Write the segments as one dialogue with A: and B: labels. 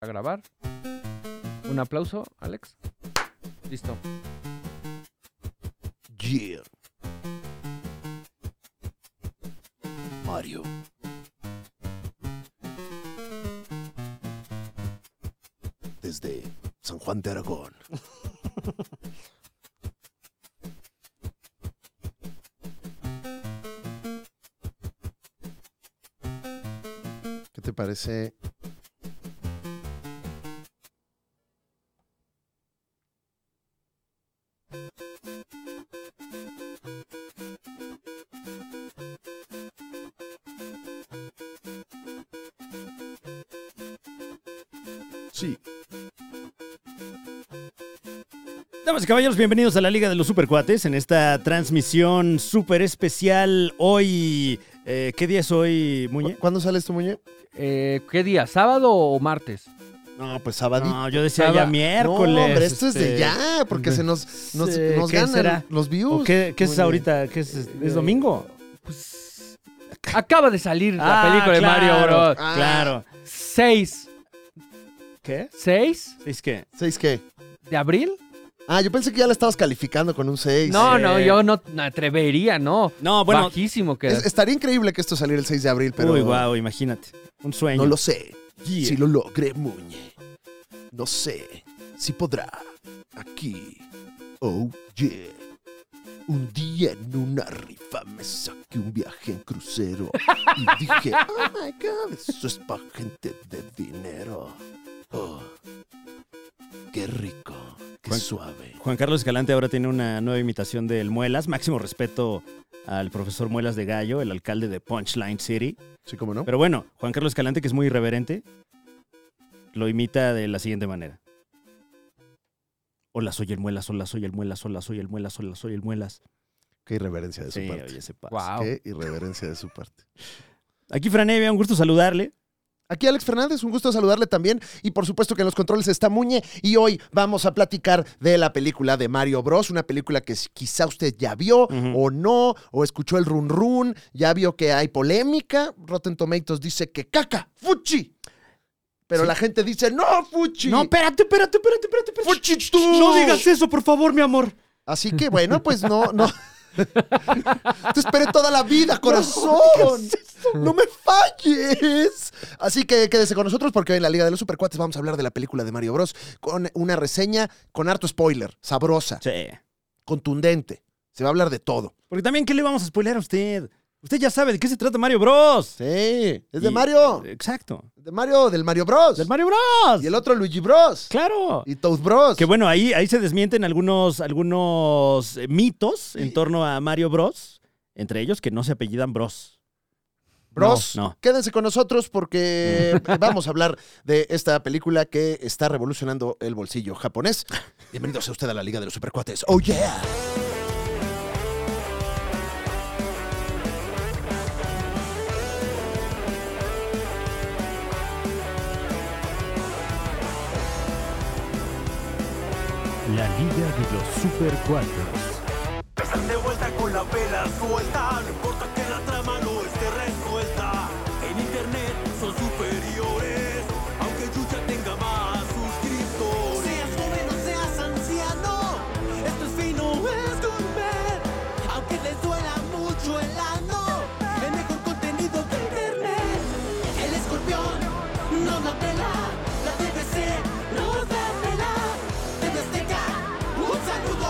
A: a grabar. Un aplauso, Alex. Listo.
B: Yeah. Mario. Desde San Juan de Aragón. ¿Qué te parece Sí.
C: Damas y caballeros, bienvenidos a la Liga de los Supercuates en esta transmisión súper especial hoy. eh, ¿Qué día es hoy, Muñe?
B: ¿Cuándo sale tu Muñe?
A: Eh, ¿Qué día? ¿sábado o martes?
B: No, pues sabadito.
C: No, yo decía ya
A: Sábado.
C: miércoles.
B: No, hombre, esto es de
C: este,
B: ya, porque se nos, nos,
C: Sí,
B: nos
C: ¿qué
B: ganan
C: será?
B: los views.
C: ¿o ¿Qué, qué es
B: Muñe.
C: ahorita? ¿Qué es? ¿Es domingo?
A: Pues, acaba de salir la
C: Ah,
A: película de Mario
C: claro,
A: Bros.
B: Ah.
C: Claro.
A: 6,
C: ¿Qué?
A: 6
C: ¿Es qué?
B: ¿Seis qué?
A: de abril.
B: Ah, yo pensé que ya la estabas calificando con un 6.
A: No,
C: Sí.
A: no, yo no me atrevería, no.
C: No, bueno.
A: Bajísimo que
B: estaría increíble que esto saliera el 6 de abril, pero
C: Uy, wow, imagínate. Un sueño.
B: no lo sé.
C: Yeah.
B: Si lo logré, Muñe. No sé si podrá. Aquí. Oh, yeah. Un día en una rifa me saqué un viaje en crucero y dije, oh my god, eso es para gente de dinero. Oh, qué rico, qué
C: Juan-
B: suave.
C: Juan Carlos Escalante ahora tiene una nueva imitación del Muelas. Máximo respeto al profesor Muelas de Gallo, el alcalde de Punchline City.
B: Sí, cómo no.
C: Pero bueno, Juan Carlos Escalante, que es muy irreverente, lo imita de la siguiente manera. Hola, soy el Muelas, hola, soy el Muelas, hola, soy el Muelas, hola, soy el Muelas.
B: Qué irreverencia de su
C: Sí,
B: parte.
C: oye, se pasa.
A: Wow.
B: Qué irreverencia de su parte.
C: Aquí Fran Evia, un gusto saludarle.
B: Aquí Alex Fernández, un gusto saludarle también. Y por supuesto que en los controles está Muñe. Y hoy vamos a platicar de la película de Mario Bros. Una película que s- quizá usted ya vio
C: Ujú.
B: o no, o escuchó el run run, ya vio que hay polémica. Rotten Tomatoes dice que caca, fuchi. Pero
C: Sí.
B: la gente dice, no, fuchi.
C: No, espérate, espérate, espérate, espérate. espérate.
B: fuchi tú.
C: No digas eso, por favor, mi amor.
B: Así que bueno, pues no, no. Te esperé toda la vida, corazón. No, me falles. Así que quédese con nosotros porque hoy en la Liga de los Supercuates vamos a hablar de la película de Mario Bros. con una reseña con harto spoiler, sabrosa,
C: Sí.
B: contundente. Se va a hablar de todo.
C: Porque también, ¿qué le vamos a spoiler a usted? Usted ya sabe de qué se trata Mario Bros.
B: Sí, es de
C: Y-
B: Mario.
C: Exacto.
B: De Mario, del Mario Bros.
C: Del Mario Bros.
B: Y el otro Luigi Bros.
C: Claro.
B: Y Toad Bros.
C: Que bueno, ahí, ahí se desmienten algunos, algunos eh, mitos en torno a Mario Bros. Entre ellos que no se apellidan Bros.
B: Bros,
C: No, no.
B: quédense con nosotros porque vamos a hablar de esta película que está revolucionando el bolsillo japonés. Bienvenidos a usted a la Liga de los Supercuates. ¡Oh, yeah!
C: La Liga de los Super
D: Están de vuelta con la vela suelta, no importa que la trama no esté resuelta. En internet son superiores, aunque Yuya tenga más suscriptores. Seas joven o seas anciano, esto es fino, es comer. Aunque les duela mucho el ano, el mejor contenido de internet. El escorpión no la pela, la TVC no da pela. TV Azteca, un saludo.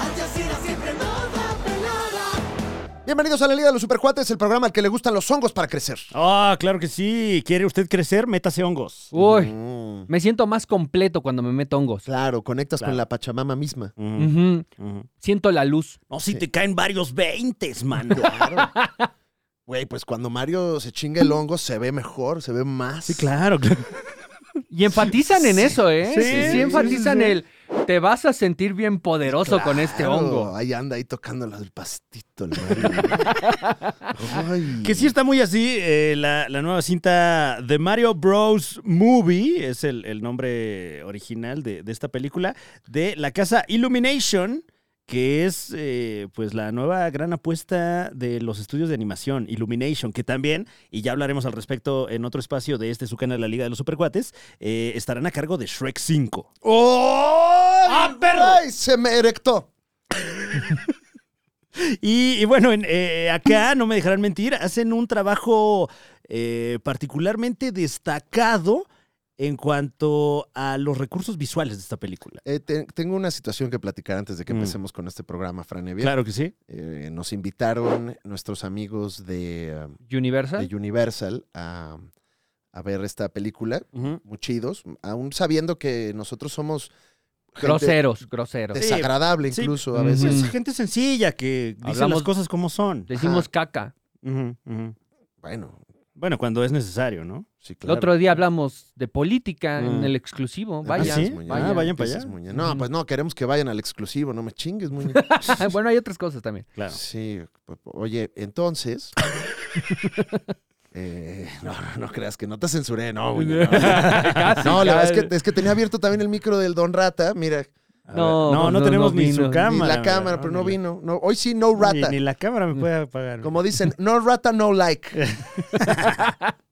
D: Al Jazeera siempre nos da pelada.
B: Bienvenidos a la Liga de los Supercuates, el programa al que le gustan los hongos para crecer.
C: Ah, claro que sí. ¿Quiere usted crecer? Métase hongos.
A: Uy,
B: Mm,
A: me siento más completo cuando me meto hongos.
B: claro, conectas
C: Claro.
B: con la Pachamama misma.
C: Ujú,
A: Ujú,
C: ujú.
A: Siento la luz.
C: No, si te caen varios veintes, mano.
B: Claro. Güey, pues cuando Mario se chinga el hongo se ve mejor, se ve más.
C: Sí, claro. claro.
A: Y enfatizan en eso, ¿eh?
C: Sí,
A: Sí,
C: sí,
A: sí,
C: sí,
A: enfatizan
C: sí.
A: el te vas a sentir bien poderoso con este
B: Claro,
A: hongo.
B: Ahí anda, ahí tocando el pastito el Mario. Ay.
C: Que sí está muy así eh, la, la nueva cinta de Mario Bros. Movie, es el, el nombre original de, de esta película, de la casa Illumination, que es eh, pues la nueva gran apuesta de los estudios de animación, Illumination, que también, y ya hablaremos al respecto en otro espacio de este su canal La Liga de los Supercuates, eh, estarán a cargo de Shrek 5.
B: ¡Oh!
C: ¡Ah, perro!
B: ¡Ay, se me erectó!
C: Y, y bueno, en, eh, acá, no me dejarán mentir, hacen un trabajo eh, particularmente destacado en cuanto a los recursos visuales de esta película.
B: Eh, te- tengo una situación que platicar antes de que
C: Mm.
B: empecemos con este programa, Fran Evia.
C: Claro que sí.
B: Eh, nos invitaron nuestros amigos de, um,
A: Universal.
B: de Universal a, a ver esta película. Muy chidos, aún sabiendo que nosotros somos gente
A: Groseros, groseros.
C: Sí,
B: desagradable
C: sí.
B: incluso a
A: Ujú.
B: veces.
C: Pues, gente sencilla que dice
A: Hablamos-
C: las cosas como son.
A: Decimos caca.
C: Ujú, ujú.
B: Bueno,
C: Bueno, cuando es necesario, ¿no?
B: sí,
A: El
B: claro.
A: otro día hablamos de política
C: Mm.
A: en el exclusivo.
B: Ah,
A: Vaya.
C: sí?
B: Muñe.
C: vaya. Ah, vayan para allá.
B: Dices, Muñe, No,
A: Ujú.
B: pues no, queremos que vayan al exclusivo, no me chingues, Muñe.
A: Ah, bueno, hay otras cosas también.
C: Claro.
B: Sí, o- oye, entonces. eh, no, no, no creas que no te censuré, no, Muñe, Ah, no. No, la verdad es que, es que tenía abierto también el micro del Don Rata, mira,
A: No,
C: A
A: pues
C: ver, no, no
A: no
C: tenemos ni
A: vino.
C: su
A: Ni
B: ni
C: cámara.
B: la cámara, pero no
C: ni la-
B: vino. No, hoy sí, no rata.
C: Ni, ni la cámara me puede apagar.
B: Como dicen, no rata, no like.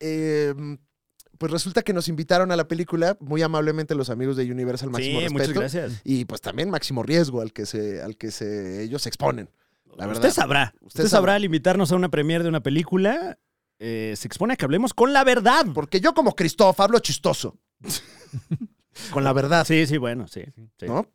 B: Eh, pues resulta que nos invitaron a la película, muy amablemente los amigos de Universal Máximo
C: sí,
B: Respeto.
C: muchas gracias.
B: Y pues también Máximo Riesgo al que se, al que se ellos se exponen. La verdad.
C: Usted sabrá. Usted,
B: Usted
C: sabrá, al invitarnos a una premiere de una película, eh, se expone a que hablemos con la verdad.
B: Porque yo como Cristóbal hablo chistoso. Con la verdad,
C: Sí, sí, bueno, sí. sí.
B: ¿no?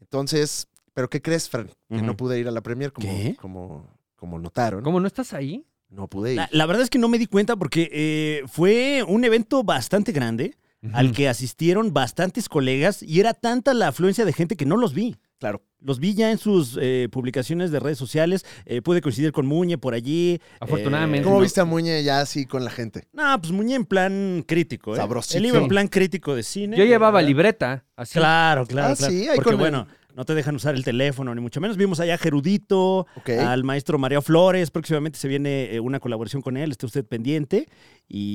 B: Entonces, ¿pero qué crees, Fran? Que
C: Ujú.
B: no pude ir a la premier como,
C: ¿Qué?
B: como, como notaron.
A: ¿Cómo no estás ahí?
B: No pude ir.
C: La, la verdad es que no me di cuenta porque eh, fue un evento bastante grande al que asistieron bastantes colegas y era tanta la afluencia de gente que no los vi.
B: Claro.
C: Los vi ya en sus eh, publicaciones de redes sociales. eh, pude coincidir con Muñe por allí.
A: Afortunadamente.
B: ¿Cómo
A: no.
B: viste a Muñe ya así con la gente?
C: No, pues Muñe en plan crítico, ¿eh?
B: Sabrosito.
C: Él iba en
B: Sí.
C: plan crítico de cine.
A: Yo llevaba
C: ¿verdad?
A: libreta, así.
C: Claro, claro,
B: Ah,
C: claro.
B: sí, ahí
C: Porque
B: con el-
C: bueno, no te dejan usar el teléfono, ni mucho menos. Vimos allá a Gerudito,
B: Ok.
C: al maestro Mario Flores. Próximamente se viene eh, una colaboración con él, esté usted pendiente.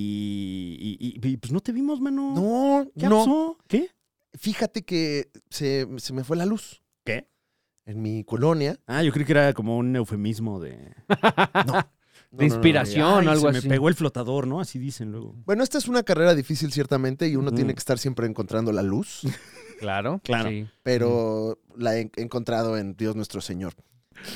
C: Y, y- y- y, pues no te vimos, mano.
B: No,
C: ¿Qué
B: no.
C: pasó? ¿Qué?
B: Fíjate que se, se me fue la luz.
C: ¿Qué?
B: En mi colonia.
C: Ah, yo creí que era como un eufemismo de...
A: De inspiración
C: Ay,
A: o algo
C: se
A: así.
C: me pegó el flotador, ¿no? Así dicen luego.
B: Bueno, esta es una carrera difícil, ciertamente, y uno
C: Ujú.
B: tiene que estar siempre encontrando la luz,
A: Claro,
C: Claro.
A: sí.
B: pero la he he encontrado en Dios nuestro Señor.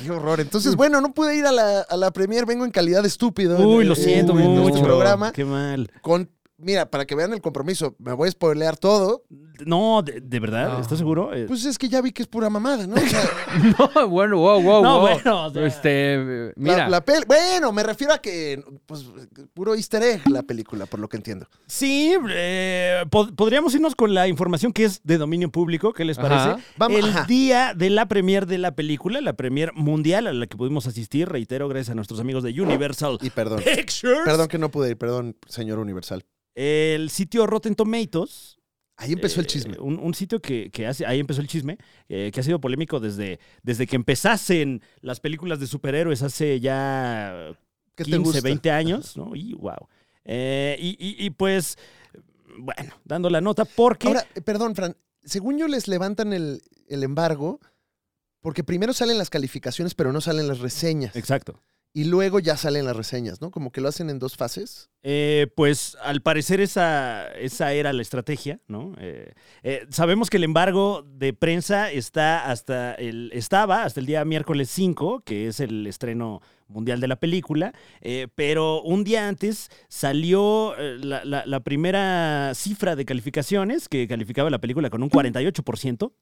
B: Qué horror.
C: Mm.
B: Entonces, bueno, no pude ir a la, a la premier, vengo en calidad de estúpido. en-
C: Uy, lo
B: en-
C: siento
B: en este
C: mucho.
B: programa
C: Qué mal.
B: con, mira, para que vean el compromiso, me voy a spoilear todo.
C: No, de, de verdad,
A: No.
C: ¿estás seguro? Eh,
B: Pues es que ya vi que es pura mamada, ¿no? O sea,
A: No, bueno, wow, wow,
C: No,
A: wow.
C: bueno, o sea-
A: Este, mira.
B: la, la pel- bueno, me refiero a que, pues, puro easter egg la película, por lo que entiendo.
C: Sí, eh, pod- podríamos irnos con la información que es de dominio público, ¿qué les parece?
A: Ajá.
B: Vamos,
C: el
B: ajá.
C: día de la premier de la película, la premier mundial a la que pudimos asistir, reitero, gracias a nuestros amigos de Universal
B: Y perdón.
C: Pictures.
B: Perdón que no pude ir, perdón, señor Universal.
C: El sitio Rotten Tomatoes.
B: Ahí empezó el
C: eh,
B: chisme.
C: un, un sitio que, que hace, ahí empezó el chisme, eh, que ha sido polémico desde, desde que empezasen las películas de superhéroes hace ya
B: ¿Qué te
C: 15,
B: gusta?
C: 20 años, ¿no? Y wow. Eh, y, y- y, pues, bueno, dando la nota porque...
B: Ahora, eh, perdón, Fran, según yo les levantan el, el embargo, porque primero salen las calificaciones, pero no salen las reseñas.
C: Exacto.
B: Y luego ya salen las reseñas, ¿no? Como que lo hacen en dos fases.
C: Eh, pues al parecer esa, esa era la estrategia, ¿no? Eh, eh, sabemos que el embargo de prensa está hasta el, estaba hasta el día miércoles 5, que es el estreno mundial de la película, eh, pero un día antes salió eh, la, la- la primera cifra de calificaciones que calificaba la película con un 48%.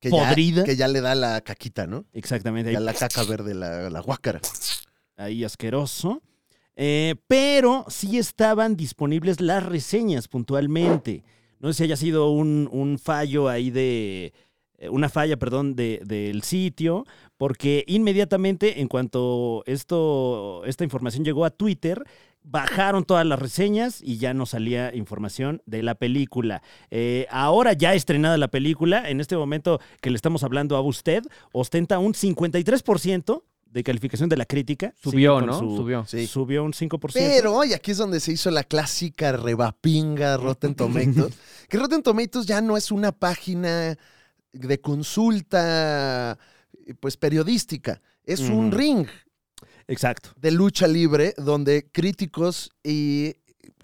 B: Que ya,
C: Podrida.
B: que ya le da la caquita, ¿no?
C: Exactamente, ahí
B: Ya la caca verde, la, la guácara.
C: ahí asqueroso. Eh, pero sí estaban disponibles las reseñas puntualmente. No sé si haya sido un, un fallo ahí de. eh, Una falla, perdón, de- del sitio, porque inmediatamente, en cuanto esto, esta información llegó a Twitter, bajaron todas las reseñas y ya no salía información de la película. Eh, ahora ya estrenada la película, en este momento que le estamos hablando a usted, ostenta un 53% de calificación de la crítica.
A: Subió,
C: Sí, con
A: ¿no?
C: su-
A: Subió.
B: Sí.
C: Subió un 5%.
B: Pero, y aquí es donde se hizo la clásica rebapinga Rotten Tomatoes. que Rotten Tomatoes ya no es una página de consulta eh, pues periodística. Es un
C: Ujú.
B: ring
C: Exacto.
B: de lucha libre donde críticos y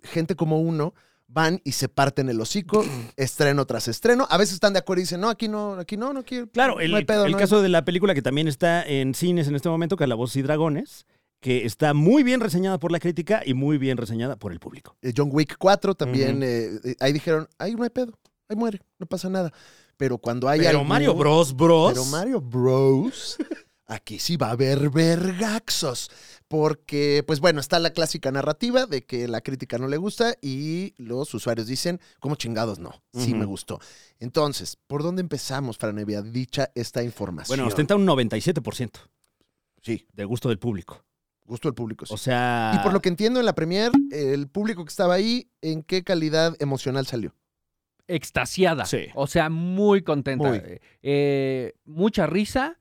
B: gente como uno van y se parten el hocico, estreno tras estreno. A veces están de acuerdo y dicen, no, aquí no, aquí no, no quiero.
C: Claro, el,
B: no hay pedo,
C: el
B: no hay-
C: caso de la película que también está en cines en este momento, Calabozos y Dragones, que está muy bien reseñada por la crítica y muy bien reseñada por el público.
B: Eh, John Wick 4 también,
C: Ujú.
B: eh, eh, ahí dijeron, ahí no hay pedo, ahí muere, no pasa nada. Pero cuando hay
C: Pero
B: algún-
C: Mario Bros. Bros.
B: Pero Mario Bros. Aquí sí va a haber vergaxos. Porque, pues bueno, está la clásica narrativa de que la crítica no le gusta y los usuarios dicen, como chingados no, sí
C: Ujú.
B: me gustó. Entonces, ¿por dónde empezamos, Fran Evia, dicha esta información?
C: bueno, ostenta un 97%
B: Sí,
C: de gusto del público.
B: gusto del público. sí.
C: O sea.
B: y por lo que entiendo en la premier, el público que estaba ahí, ¿en qué calidad emocional salió?
A: extasiada.
C: Sí.
A: O sea, muy contenta.
B: Muy.
A: Eh, eh, mucha risa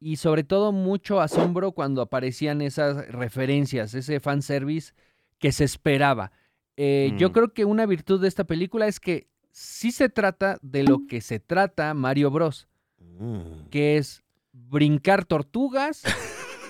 A: y sobre todo mucho asombro cuando aparecían esas referencias, ese fanservice que se esperaba. Eh,
C: Mm.
A: Yo creo que una virtud de esta película es que sí se trata de lo que se trata Mario Bros,
C: Mm,
A: que es brincar tortugas,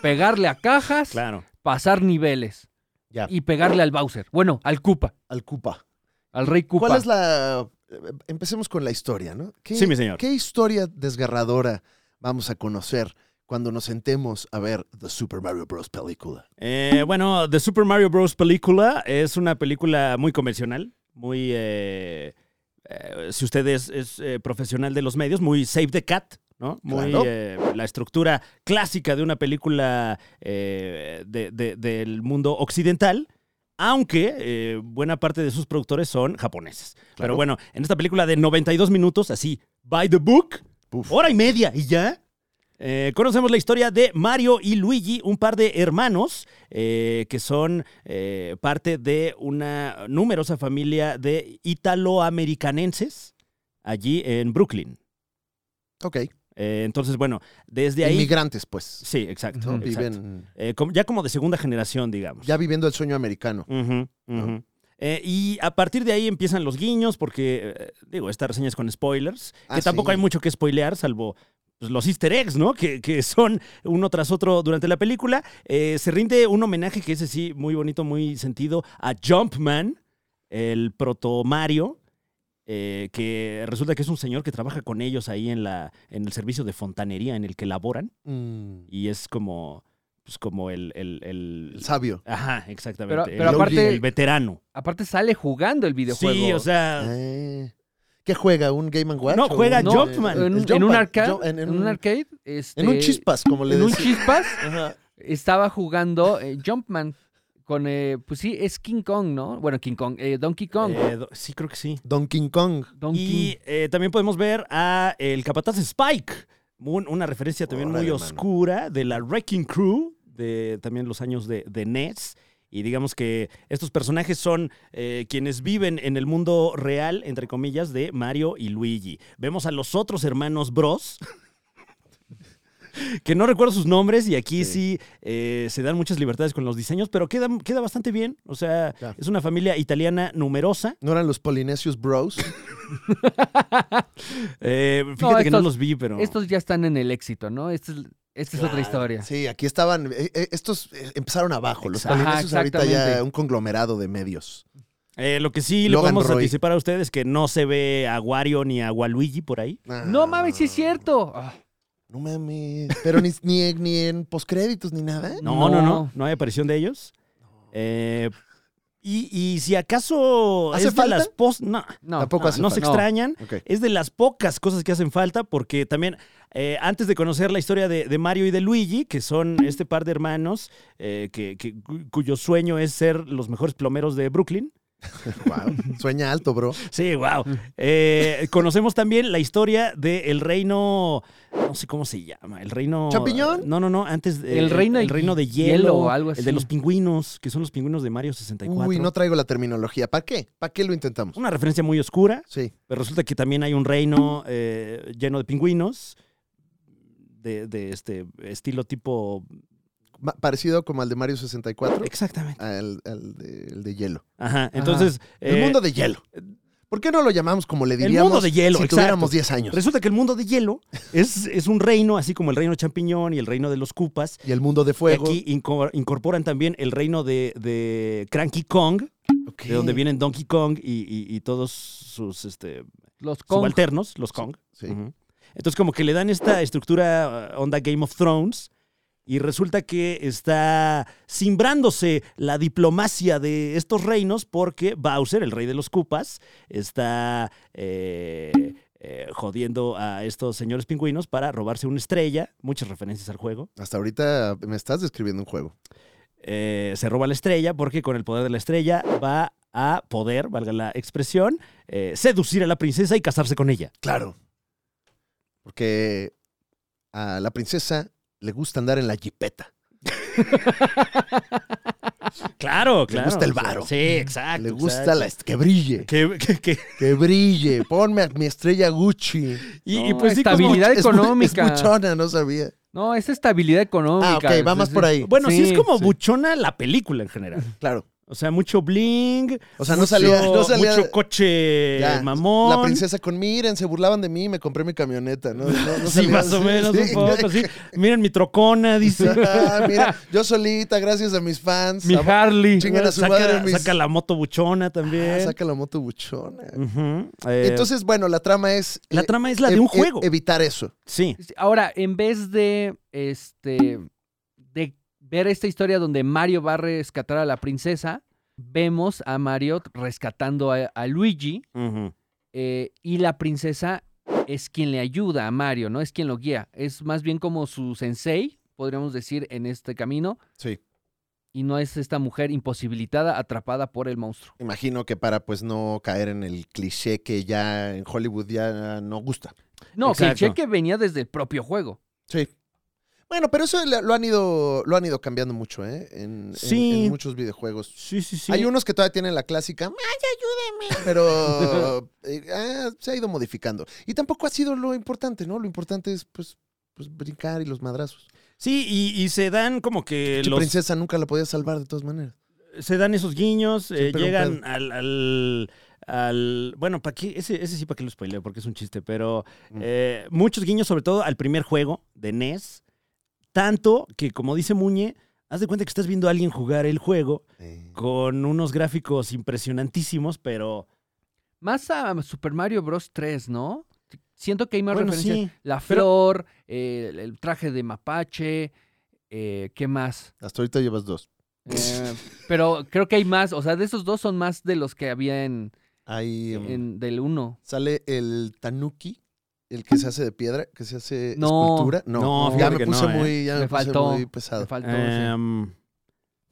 A: pegarle a cajas,
C: Claro.
A: pasar niveles
B: Ya.
A: y pegarle al Bowser. Bueno, al Koopa,
B: Al Cupa.
A: al Rey Koopa.
B: ¿Cuál es la. eh, Empecemos con la historia, ¿no? ¿Qué-
C: Sí, mi señor.
B: ¿Qué historia desgarradora vamos a conocer cuando nos sentemos a ver The Super Mario Bros. película?
C: Eh, bueno, The Super Mario Bros. película es una película muy convencional, muy... eh, eh, si usted es, es, eh, profesional de los medios, muy Save the Cat, ¿no? Muy
B: Claro.
C: eh, la estructura clásica de una película eh, de- de- del mundo occidental, aunque eh, buena parte de sus productores son japoneses. Pero
B: Claro.
C: bueno, en esta película de 92 minutos, así, by the book,
B: Puf.
C: hora y media y ya. Eh, conocemos la historia de Mario y Luigi, un par de hermanos eh, que son eh, parte de una numerosa familia de italoamericanenses allí en Brooklyn.
B: Ok.
C: Eh, entonces, bueno, desde ahí...
B: Inmigrantes, pues.
C: Sí, exacto.
A: Ujú.
B: ¿no?
C: exacto.
B: Viven.
C: Eh, como- ya como de segunda generación, digamos.
B: Ya viviendo el sueño americano.
C: Ujú, ujú. Eh, y a partir de ahí empiezan los guiños, porque, eh, digo, esta reseña es con spoilers,
B: Ah,
C: que tampoco
B: sí.
C: hay mucho que spoilear, salvo pues, los easter eggs, ¿no? Que, que son uno tras otro durante la película. Eh, se rinde un homenaje que ese sí, muy bonito, muy sentido, a Jumpman, el proto Mario. eh, que resulta que es un señor que trabaja con ellos ahí en, la, en el servicio de fontanería en el que laboran
B: Mm,
C: y es como, pues como el, el- el-
B: el sabio.
C: Ajá, exactamente.
A: Pero-
C: El-
A: pero
B: aparte-
C: el veterano.
A: Aparte sale jugando el videojuego. Ah.
C: Sí, o sea,
B: Eh, ¿Qué juega? ¿Un Game and Watch?
C: Ah. No,
B: ¿O
C: juega
B: un-
A: No,
C: Jumpman.
B: el
A: en, un- en
B: Jumpman.
A: un arcade,
B: Yo- en, en un,
A: arcade, este,
B: en un chispas, como le
A: en un
B: decía.
A: chispas
B: Ajá.
A: estaba jugando eh, Jumpman con, eh, pues sí, es King Kong, ¿no? Bueno, King Kong, eh, Donkey Kong.
C: eh, do- sí, creo que sí.
B: Donkey Kong.
A: Donkey.
C: Y eh, también podemos ver a el capataz Spike, un- una referencia también
B: Órale,
C: muy
B: mano.
C: oscura de la Wrecking Crew, de también los años de, de NES. Y digamos que estos personajes son eh, quienes viven en el mundo real, entre comillas, de Mario y Luigi. Vemos a los otros hermanos Bros. Que no recuerdo sus nombres y aquí sí, eh, se dan muchas libertades con los diseños, pero queda, queda bastante bien. O sea,
B: Ya.
C: es una familia italiana numerosa.
B: ¿No eran los Polinesios Bros?
C: Eh, fíjate que no
A: estos-
C: los vi, pero.
A: Estos ya están en el éxito, ¿no? Esta es, esta es otra historia.
B: Sí, aquí estaban. eh, eh, estos eh, empezaron abajo. Los
A: Exacto. Ajá,
B: Polinesios ahorita ya
A: exactamente.
B: un conglomerado de medios.
C: Eh, lo que sí le
B: Logan
C: podemos
B: Roy.
C: anticipar a ustedes es que no se ve a Wario ni a Waluigi por ahí.
A: No mames, sí es cierto. Ah,
B: No mames. Pero ni, ni, ni en poscréditos ni nada. ¿eh?
C: No, no, no.
A: No.
C: No, hay aparición de ellos. Eh, y, y si acaso
B: ¿Hace
C: es de
B: falta?
C: las post. No,
A: no,
B: Tampoco
A: no,
B: hace
C: no se
B: falta.
C: extrañan.
B: Ok.
C: Es de las pocas cosas que hacen falta, porque también eh, antes de conocer la historia de, de Mario y de Luigi, que son este par de hermanos eh, que- que- cu- cuyo sueño es ser los mejores plomeros de Brooklyn,
B: Wow. Sueña alto, bro.
C: Sí, wow. conocemos también la historia del reino. No sé cómo se llama. El reino.
B: ¿Champiñón?
C: No, no, no. Antes. eh,
A: El reino
C: El
A: de
C: reino de hielo.
A: hielo, algo
C: El
A: así.
C: de los pingüinos, que son los pingüinos de Mario 64.
B: Uy, no traigo la terminología. ¿Para qué? ¿Para qué lo intentamos?
C: Una referencia muy oscura,
B: Sí.
C: pero resulta que también hay un reino eh, lleno de pingüinos. De, de este estilo tipo.
B: Ma- Parecido como al de Mario 64,
C: Exactamente.
B: al, al de, el de hielo.
C: Ajá. Entonces.
B: El
C: eh,
B: mundo de hielo. ¿Por qué no lo llamamos como le
C: mundo
B: diríamos
C: de hielo,
B: si
C: exacto.
B: tuviéramos 10 años?
C: Resulta que el mundo de hielo es, es un reino, así como el reino champiñón y el reino de los cupas.
B: Y el mundo de
C: Y
B: fuego.
C: aquí inco- incorporan también el reino de, de Cranky Kong,
B: Ok.
C: de donde vienen Donkey Kong y, y- y todos sus este,
A: Los Kong.
C: subalternos, los Kong.
B: Sí.
C: Ujú. Entonces, como que le dan esta estructura eh, onda Game of Thrones. Y resulta que está simbrándose la diplomacia de estos reinos porque Bowser, el rey de los Cupas, está eh, eh, jodiendo a estos señores pingüinos para robarse una estrella. Muchas referencias al juego.
B: Hasta ahorita me estás describiendo un juego.
C: Eh, se roba la estrella porque con el poder de la estrella va a poder, valga la expresión, eh, seducir a la princesa y casarse con ella.
B: Claro. Porque a la princesa le gusta andar en la jipeta.
C: Ah, Claro,
B: claro. gusta el varo.
C: Sí, exacto.
B: le gusta
C: exacto.
B: la est- que brille.
C: Que- que- que-
B: Que brille. Ponme a mi estrella Gucci.
C: y,
A: No,
C: y pues sí, como-
A: estabilidad
B: Es muy-
A: económica.
B: Es muchona, no sabía.
A: No, es estabilidad económica.
B: Ah, ok, va más por ahí.
C: bueno, sí,
A: Sí,
C: es como
B: sí.
C: buchona la película en general.
B: Claro.
C: O sea, mucho bling.
B: O sea, no
C: mucho-
B: salía. No salía
C: Mucho coche
B: Ya,
C: mamón.
B: La princesa con miren, se burlaban de mí, me compré mi camioneta, ¿no? No- no
C: Sí,
B: salía
C: más o
B: así,
C: menos,
B: sí.
C: un poco, sí. Miren mi trocona, dice.
B: Ah, mira, yo solita, gracias a mis fans. Ah,
A: Mi
B: Amo-
A: Harley.
B: Chinguen a su madre
C: saca,
B: mis-
C: saca la moto buchona también.
B: Ah, saca la moto buchona.
C: Ujú. Eh,
B: Entonces, bueno, la trama es.
C: la
B: eh,
C: trama es la
B: ev-
C: de un
B: ev-
C: juego.
B: Evitar eso.
C: sí.
A: Ahora, en vez de este de ver esta historia donde Mario va a rescatar a la princesa, vemos a Mario rescatando a, a Luigi
C: Ujú.
A: eh, y la princesa es quien le ayuda a Mario, ¿no? Es quien lo guía. Es más bien como su sensei, podríamos decir, en este camino.
B: Sí.
A: Y no es esta mujer imposibilitada, atrapada por el monstruo.
B: Imagino que para pues no caer en el cliché que ya en Hollywood ya no gusta.
A: No,
C: Exacto.
A: cliché que venía desde el propio juego.
B: Sí. Bueno, pero eso lo lo han ido, lo han ido cambiando mucho, ¿eh? En, en-
C: Sí.
B: en muchos videojuegos.
C: Sí, sí, sí.
B: Hay unos que todavía tienen la clásica, ¡ay, ayúdeme! Pero eh, ah, se ha ido modificando. Y tampoco ha sido lo importante, ¿no? Lo importante es, pues, pues brincar y los madrazos.
C: Sí, y, y se dan como que
B: La
C: los
B: princesa nunca la podía salvar de todas maneras.
C: se dan esos guiños, eh,
B: Siempre un
C: llegan al, al- al- Bueno, ¿para qué? Ese, ese sí, ¿para qué lo spoileo? Porque es un chiste, pero
B: Mm.
C: eh, muchos guiños, sobre todo al primer juego de NES. Tanto que, como dice Muñe, haz de cuenta que estás viendo a alguien jugar el juego con unos gráficos impresionantísimos, pero.
A: Más a Super Mario Bros. 3, ¿no? Siento que hay más
C: Bueno,
A: referencias.
C: sí.
A: La
C: Pero-
A: flor, eh, el, el traje de mapache, eh, ¿qué más?
B: Hasta ahorita llevas dos.
A: Eh, pero creo que hay más, o sea, de esos dos son más de los que había en,
B: Ahí um,
A: en- del uno.
B: sale el tanuki, el que se hace de piedra, que se hace
A: No.
B: escultura. No,
C: No,
B: ya
C: fíjate
B: me
C: que
B: puse
C: no, ¿eh?
B: muy, ya me,
A: Me
B: puse
A: faltó.
B: muy
A: Me
B: pesado.
A: faltó, sí.
C: em,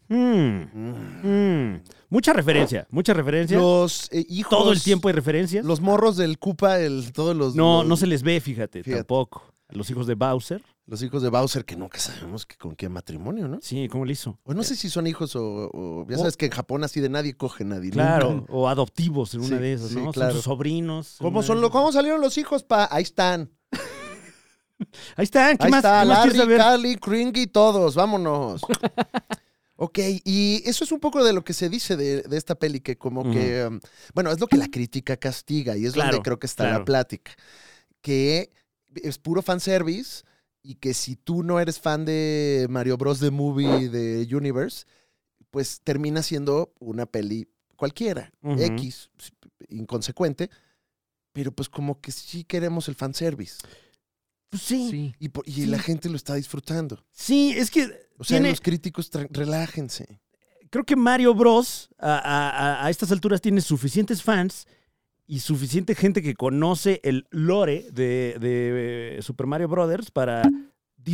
C: mm,
B: Mm.
C: mm, mucha referencia, mucha referencia.
B: Los eh, hijos.
C: todo el tiempo hay referencias.
B: Los morros del Cupa, el, todos los.
C: no,
B: los-
C: no se les ve, fíjate,
B: Fíjate.
C: tampoco. A los hijos de Bowser.
B: Los hijos de Bowser, que nunca sabemos que con qué matrimonio, ¿no?
C: Sí, ¿cómo le hizo?
B: O no sé si son hijos o, o- ya
C: O-
B: sabes que en Japón así de nadie coge nadie.
C: Oh. Claro,
B: nunca.
C: o adoptivos en una
B: Sí,
C: de esas,
B: sí,
C: ¿no? Son
B: claro.
C: sus sobrinos. en
B: ¿Cómo,
C: una
B: son
C: de
B: lo-
C: esas.
B: ¿Cómo salieron los hijos? Pa? Ahí están.
C: Ahí están, ¿qué
B: Ahí
C: más?
B: está
C: qué más quieres
B: Larry,
C: saber?
B: Cali, Kringy, todos. Vámonos. ok, y eso es un poco de lo que se dice de, de esta peli, que como
C: Ujú.
B: que, um, bueno, es lo que la crítica castiga y es
C: Claro,
B: donde creo que está
C: claro.
B: la plática. Que es puro fanservice y que si tú no eres fan de Mario Bros. The Movie de Universe, pues termina siendo una peli cualquiera,
C: Ujú.
B: X, inconsecuente, pero pues como que sí queremos el fanservice.
C: Pues sí, sí,
A: Sí.
B: Y, por- y la gente lo está disfrutando.
C: es que
B: O sea,
C: tiene-
B: los críticos, tra- relájense.
C: creo que Mario Bros. A, a- a- a estas alturas tiene suficientes fans y suficiente gente que conoce el lore de, de, eh, Super Mario Brothers para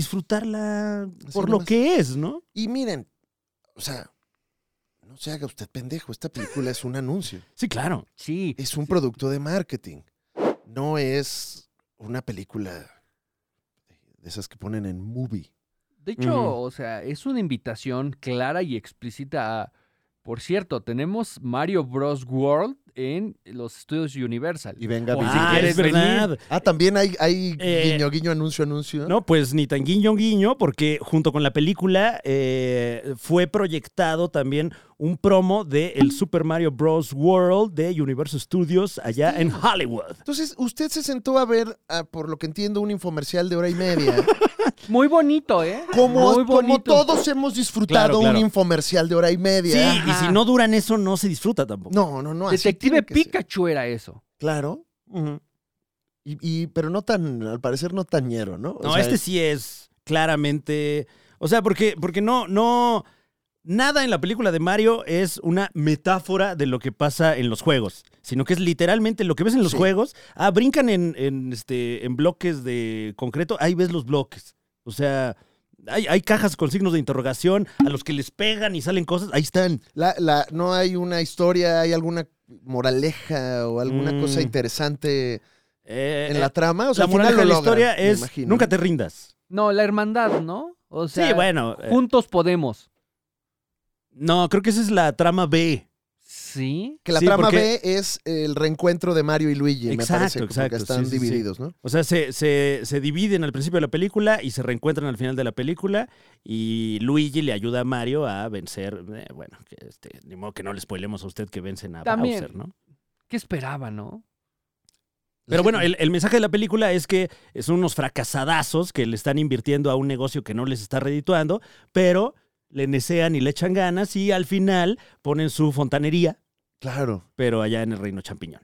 C: disfrutarla
B: Así
C: por lo
B: nomás.
C: que es, ¿no?
B: Y miren, o sea, no se haga usted pendejo. Esta película es un anuncio.
C: Sí, claro.
A: Sí,
B: Es un producto de marketing. No es una película de esas que ponen en movie.
A: de hecho,
C: Ujú.
A: o sea, es una invitación clara y explícita a- Por cierto, tenemos Mario Bros. World en los estudios Universal.
B: Y venga,
A: Wow.
B: visita.
A: si quieres venir.
B: Ah, también hay, hay
C: Eh,
B: guiño, guiño, anuncio, anuncio.
C: No, pues ni tan guiño guiño, porque junto con la película eh, fue proyectado también un promo de el Super Mario Bros. World de Universal Studios allá en Hollywood.
B: Entonces, usted se sentó a ver, ah, por lo que entiendo, un infomercial de hora y media.
A: Muy bonito, ¿eh?
B: Como,
A: Muy
B: como
A: bonito.
B: todos hemos disfrutado
C: Claro, claro.
B: un infomercial de hora y media.
C: Sí, y
A: Ajá.
C: si no duran eso, no se disfruta tampoco.
B: No, no, no. así
A: Detective
B: tiene que ser.
A: Pikachu era eso.
B: Claro.
C: Ujú.
B: Y, y- pero no tan, al parecer no tan ñero, ¿no? O
C: No,
B: sea,
C: este sí es claramente. O sea, porque, porque no, no. Nada en la película de Mario es una metáfora de lo que pasa en los juegos, sino que es literalmente lo que ves en los
B: Sí.
C: juegos. Ah, brincan en, en, este, en bloques de concreto, ahí ves los bloques. O sea, hay, hay cajas con signos de interrogación a los que les pegan y salen cosas, ahí están.
B: la- la- no hay una historia, hay alguna moraleja o alguna
C: Mm.
B: cosa interesante
C: Eh,
B: en la
C: eh,
B: trama. O sea,
C: la
B: al final
C: moral de
B: lo
C: la
B: logran,
C: historia
B: me
C: es
B: imagino.
C: nunca te rindas.
A: No, la hermandad, ¿no? O sea,
C: sí, bueno. eh,
A: juntos podemos.
C: no, creo que esa es la trama B.
A: Sí.
B: Que la
C: Sí,
B: trama
C: porque-
B: B es el reencuentro de Mario y Luigi,
C: Exacto,
B: me parece, como
C: exacto,
B: que están
C: sí, sí, sí.
B: divididos, ¿no?
C: O sea, se, se- se dividen al principio de la película y se reencuentran al final de la película. Y Luigi le ayuda a Mario a vencer. eh, bueno, que este, ni modo que no le spoilemos a usted que vencen a
A: También.
C: Bowser, ¿no?
A: ¿Qué esperaba, no?
C: Pero bueno, el, el mensaje de la película es que son unos fracasadazos que le están invirtiendo a un negocio que no les está redituando, pero le necean y le echan ganas y al final ponen su fontanería,
B: Claro,
C: pero allá en el reino champiñón.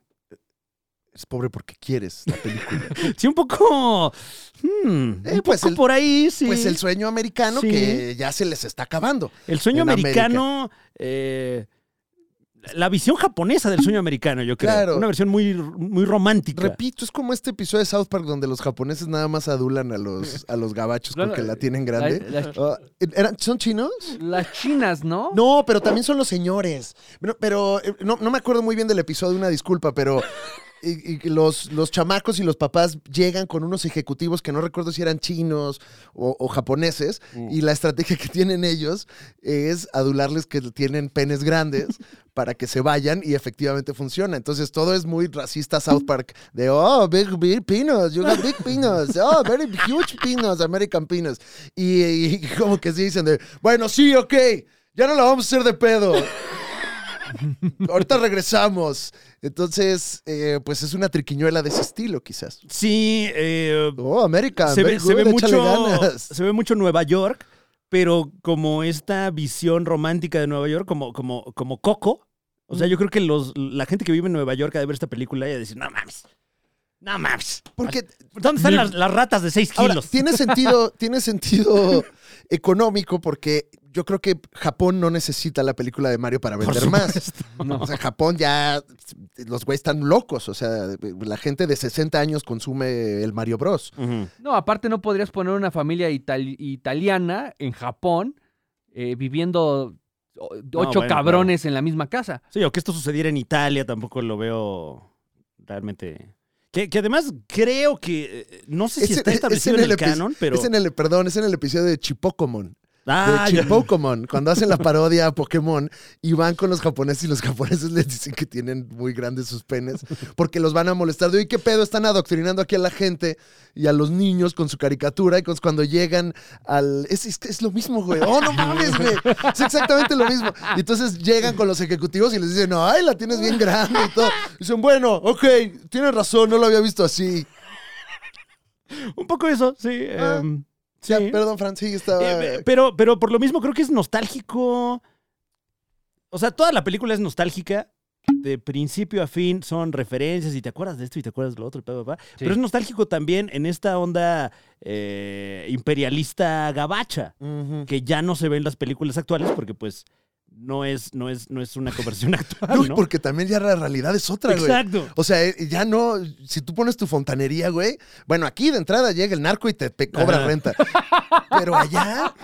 B: es pobre porque quieres la película.
C: Sí, un poco... hmm,
B: Eh,
C: un
B: pues
C: poco
B: el-
C: por ahí, sí.
B: Pues el sueño americano
C: Sí.
B: que ya se les está acabando.
C: El sueño
B: en
C: americano. eh, la visión japonesa del sueño americano, yo creo.
B: Claro.
C: Una versión muy, muy romántica.
B: Repito, es como este episodio de South Park donde los japoneses nada más adulan a los, a los gabachos
A: Claro,
B: porque la tienen
A: La-
B: grande.
A: las-
B: Ah, ¿eran- ¿Son chinos?
A: las chinas, ¿no?
B: No, pero también son los señores. Pero, pero, eh, no, no me acuerdo muy bien del episodio, una disculpa, pero y- y los, los chamacos y los papás llegan con unos ejecutivos que no recuerdo si eran chinos o, o japoneses, y la estrategia que tienen ellos es adularles que tienen penes grandes para que se vayan y efectivamente funciona. Entonces todo es muy racista South Park, de, oh, big, big pinos, you got big pinos, oh, very huge pinos, American pinos. Y, y como que sí dicen de, bueno, sí, ok, ya no la vamos a hacer de pedo. Ahorita regresamos. Entonces, eh, pues es una triquiñuela de ese estilo, quizás.
C: Sí, eh,
B: Oh, América,
C: se,
B: very
C: ve, se ve
B: good, échale
C: mucho,
B: ganas.
C: se ve mucho Nueva York, pero como esta visión romántica de Nueva York, como, como, como Coco. O sea, yo creo que los, la gente que vive en Nueva York ha de ver esta película y ha de decir, no mames, no mames.
B: Porque
C: ¿Dónde están las, las ratas de 6
B: ahora,
C: kilos?
B: tiene sentido, tiene sentido económico porque yo creo que Japón no necesita la película de Mario para
C: Por
B: vender más.
C: supuesto.
B: O sea, Japón ya los güeyes están locos, o sea, la gente de 60 años consume el Mario Bros.
C: Ujú.
A: No, aparte no podrías poner una familia itali- italiana en Japón eh, viviendo o- ocho
C: bueno,
A: cabrones en la misma casa.
C: Sí, o que esto sucediera en Italia tampoco lo veo realmente. Que, que además creo que. eh, No sé si
B: Es
C: está
B: en-
C: establecido
B: es en
C: en el
B: el epi-
C: canon, pero.
B: Es en el, perdón, es en el episodio de Chipocomon,
C: Ah,
B: de
C: ya.
B: Chipocomon, cuando hacen la parodia a Pokémon y van con los japoneses y los japoneses les dicen que tienen muy grandes sus penes porque los van a molestar. De, "Oye, ¿qué pedo? Están adoctrinando aquí a la gente y a los niños con su caricatura y con- cuando llegan al... Es, es, es lo mismo, güey. ¡Oh, no mames, güey! Es exactamente lo mismo. Y entonces llegan con los ejecutivos y les dicen, ¡ay, la tienes bien grande! Y todo. Y dicen, bueno, ok, tienes razón, no lo había visto así.
C: Un poco eso, sí.
B: Ah,
C: em, sí.
B: Ya, perdón, Fran, sí, estaba...
C: Eh, pero, pero por lo mismo creo que es nostálgico. O sea, toda la película es nostálgica. De principio a fin son referencias y te acuerdas de esto y te acuerdas de lo otro y pa, pa, pa. Pero es nostálgico también en esta onda eh, imperialista gabacha.
B: Ujú.
C: que ya no se ven las películas actuales porque pues no es no es no es una conversión
B: No,
C: actual,
B: y
C: ¿no?
B: porque también ya la realidad es otra, güey.
C: Exacto.
B: O sea, eh, ya no, si tú pones tu fontanería, güey, bueno, aquí de entrada llega el narco y te, pe- cobra
C: Ajá.
B: renta. Pero allá,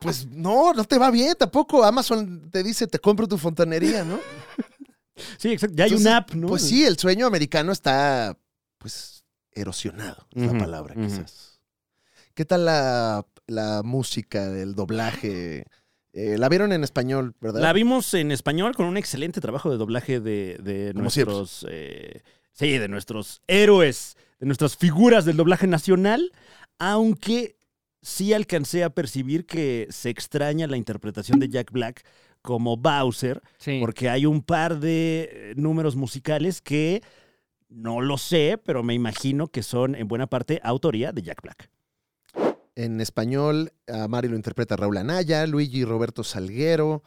B: pues no, no te va bien tampoco. Amazon te dice, te compro tu fontanería, ¿no?
C: Sí, exacto. Ya hay
B: Entonces,
C: una app, ¿no?
B: Pues sí, el sueño americano está, pues, erosionado, es
C: Ujú,
B: la palabra,
C: ujú.
B: quizás. ¿Qué tal la, la música, el doblaje? Eh, la vieron en español, ¿verdad?
C: La vimos en español con un excelente trabajo de doblaje de, de
B: Como
C: nuestros eh, sí, de nuestros héroes, de nuestras figuras del doblaje nacional, aunque sí alcancé a percibir que se extraña la interpretación de Jack Black como Bowser,
A: Sí.
C: porque hay un par de eh, números musicales que no lo sé, pero me imagino que son en buena parte autoría de Jack Black.
B: En español, a Mario lo interpreta Raúl Anaya, Luigi Roberto Salguero,